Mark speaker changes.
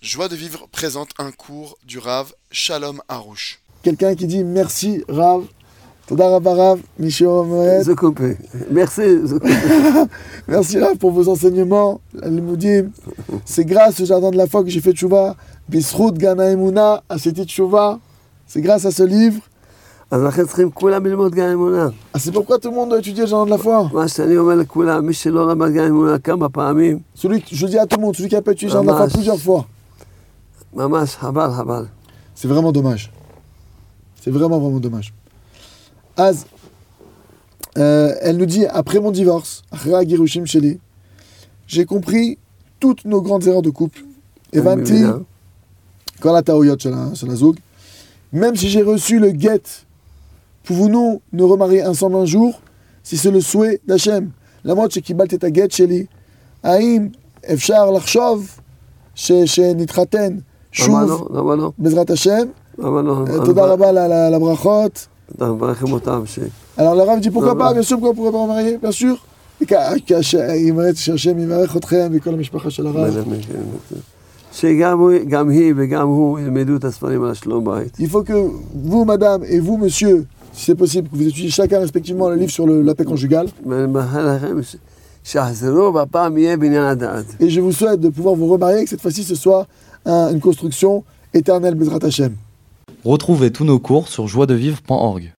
Speaker 1: Joie de vivre présente un cours du Rav Shalom Harouche.
Speaker 2: Quelqu'un qui dit merci Rav, Toda Rabba Rav, Mishio Moed.
Speaker 3: Zokopé. Merci, Zokopé.
Speaker 2: Merci Rav pour vos enseignements, la Limoudim. C'est grâce au jardin de la foi que j'ai fait Tchouva. Bisrout Gana Emouna, Aseti Tchouva. C'est grâce à ce livre.
Speaker 3: אז לכן צריכים כולם ללמוד גן אמונה.
Speaker 2: Ah, c'est pourquoi tout le monde doit étudier le jardin de la foi.
Speaker 3: מה שאני אומר לכולם, מי שלא למד גן אמונה כמה פעמים,
Speaker 2: Celui, je dis à tout le monde, celui qui a pas étudié le jardin de la foi
Speaker 3: Dommage.
Speaker 2: plusieurs fois,
Speaker 3: ממש חבל, חבל.
Speaker 2: c'est vraiment dommage. C'est vraiment, vraiment dommage. Az, euh, elle nous dit, après mon divorce, אחרי הגירושים שלי, j'ai compris toutes nos grandes erreurs de couple.
Speaker 3: אני
Speaker 2: הבנתי
Speaker 3: מבינה.
Speaker 2: כל הטעויות של, ה- של הזוג. Même si j'ai reçu le guet, pouvons-nous nous remarier ensemble un jour, si c'est le souhait d'Hachem למרות שקיבלתי את הגט שלי, האם אפשר לחשוב ש, שנתחתן
Speaker 3: למה
Speaker 2: שוב,
Speaker 3: לא? למה לא?
Speaker 2: בעזרת השם?
Speaker 3: למה לא?
Speaker 2: Euh, תודה רבה אה. ל- ל- לברכות.
Speaker 3: אנחנו מברכים אותם, ש...
Speaker 2: Alors le Rav dit pourquoi
Speaker 3: Voilà.
Speaker 2: pas, bien sûr, pourquoi, pourquoi pas remarier, bien sûr. כ- כש- אם ראיתי שהשם יברך אתכם וכל המשפחה של הרב.
Speaker 3: שגם הוא- גם היא וגם הוא ילמדו את הספרים על שלום בית.
Speaker 2: Il faut que vous, madame, et vous, monsieur, si c'est possible, que vous étudiez chacun respectivement le livre sur le- la paix conjugale.
Speaker 3: ואני מאחל לכם ש- שיחזרו, והפעם יהיה בניין הדעת.
Speaker 2: Et je vous souhaite de pouvoir vous remarier, que cette fois-ci, ce soit un- une construction éternelle, Bezrat Hashem.
Speaker 4: Retrouvez tous nos cours sur joiedevivre.org.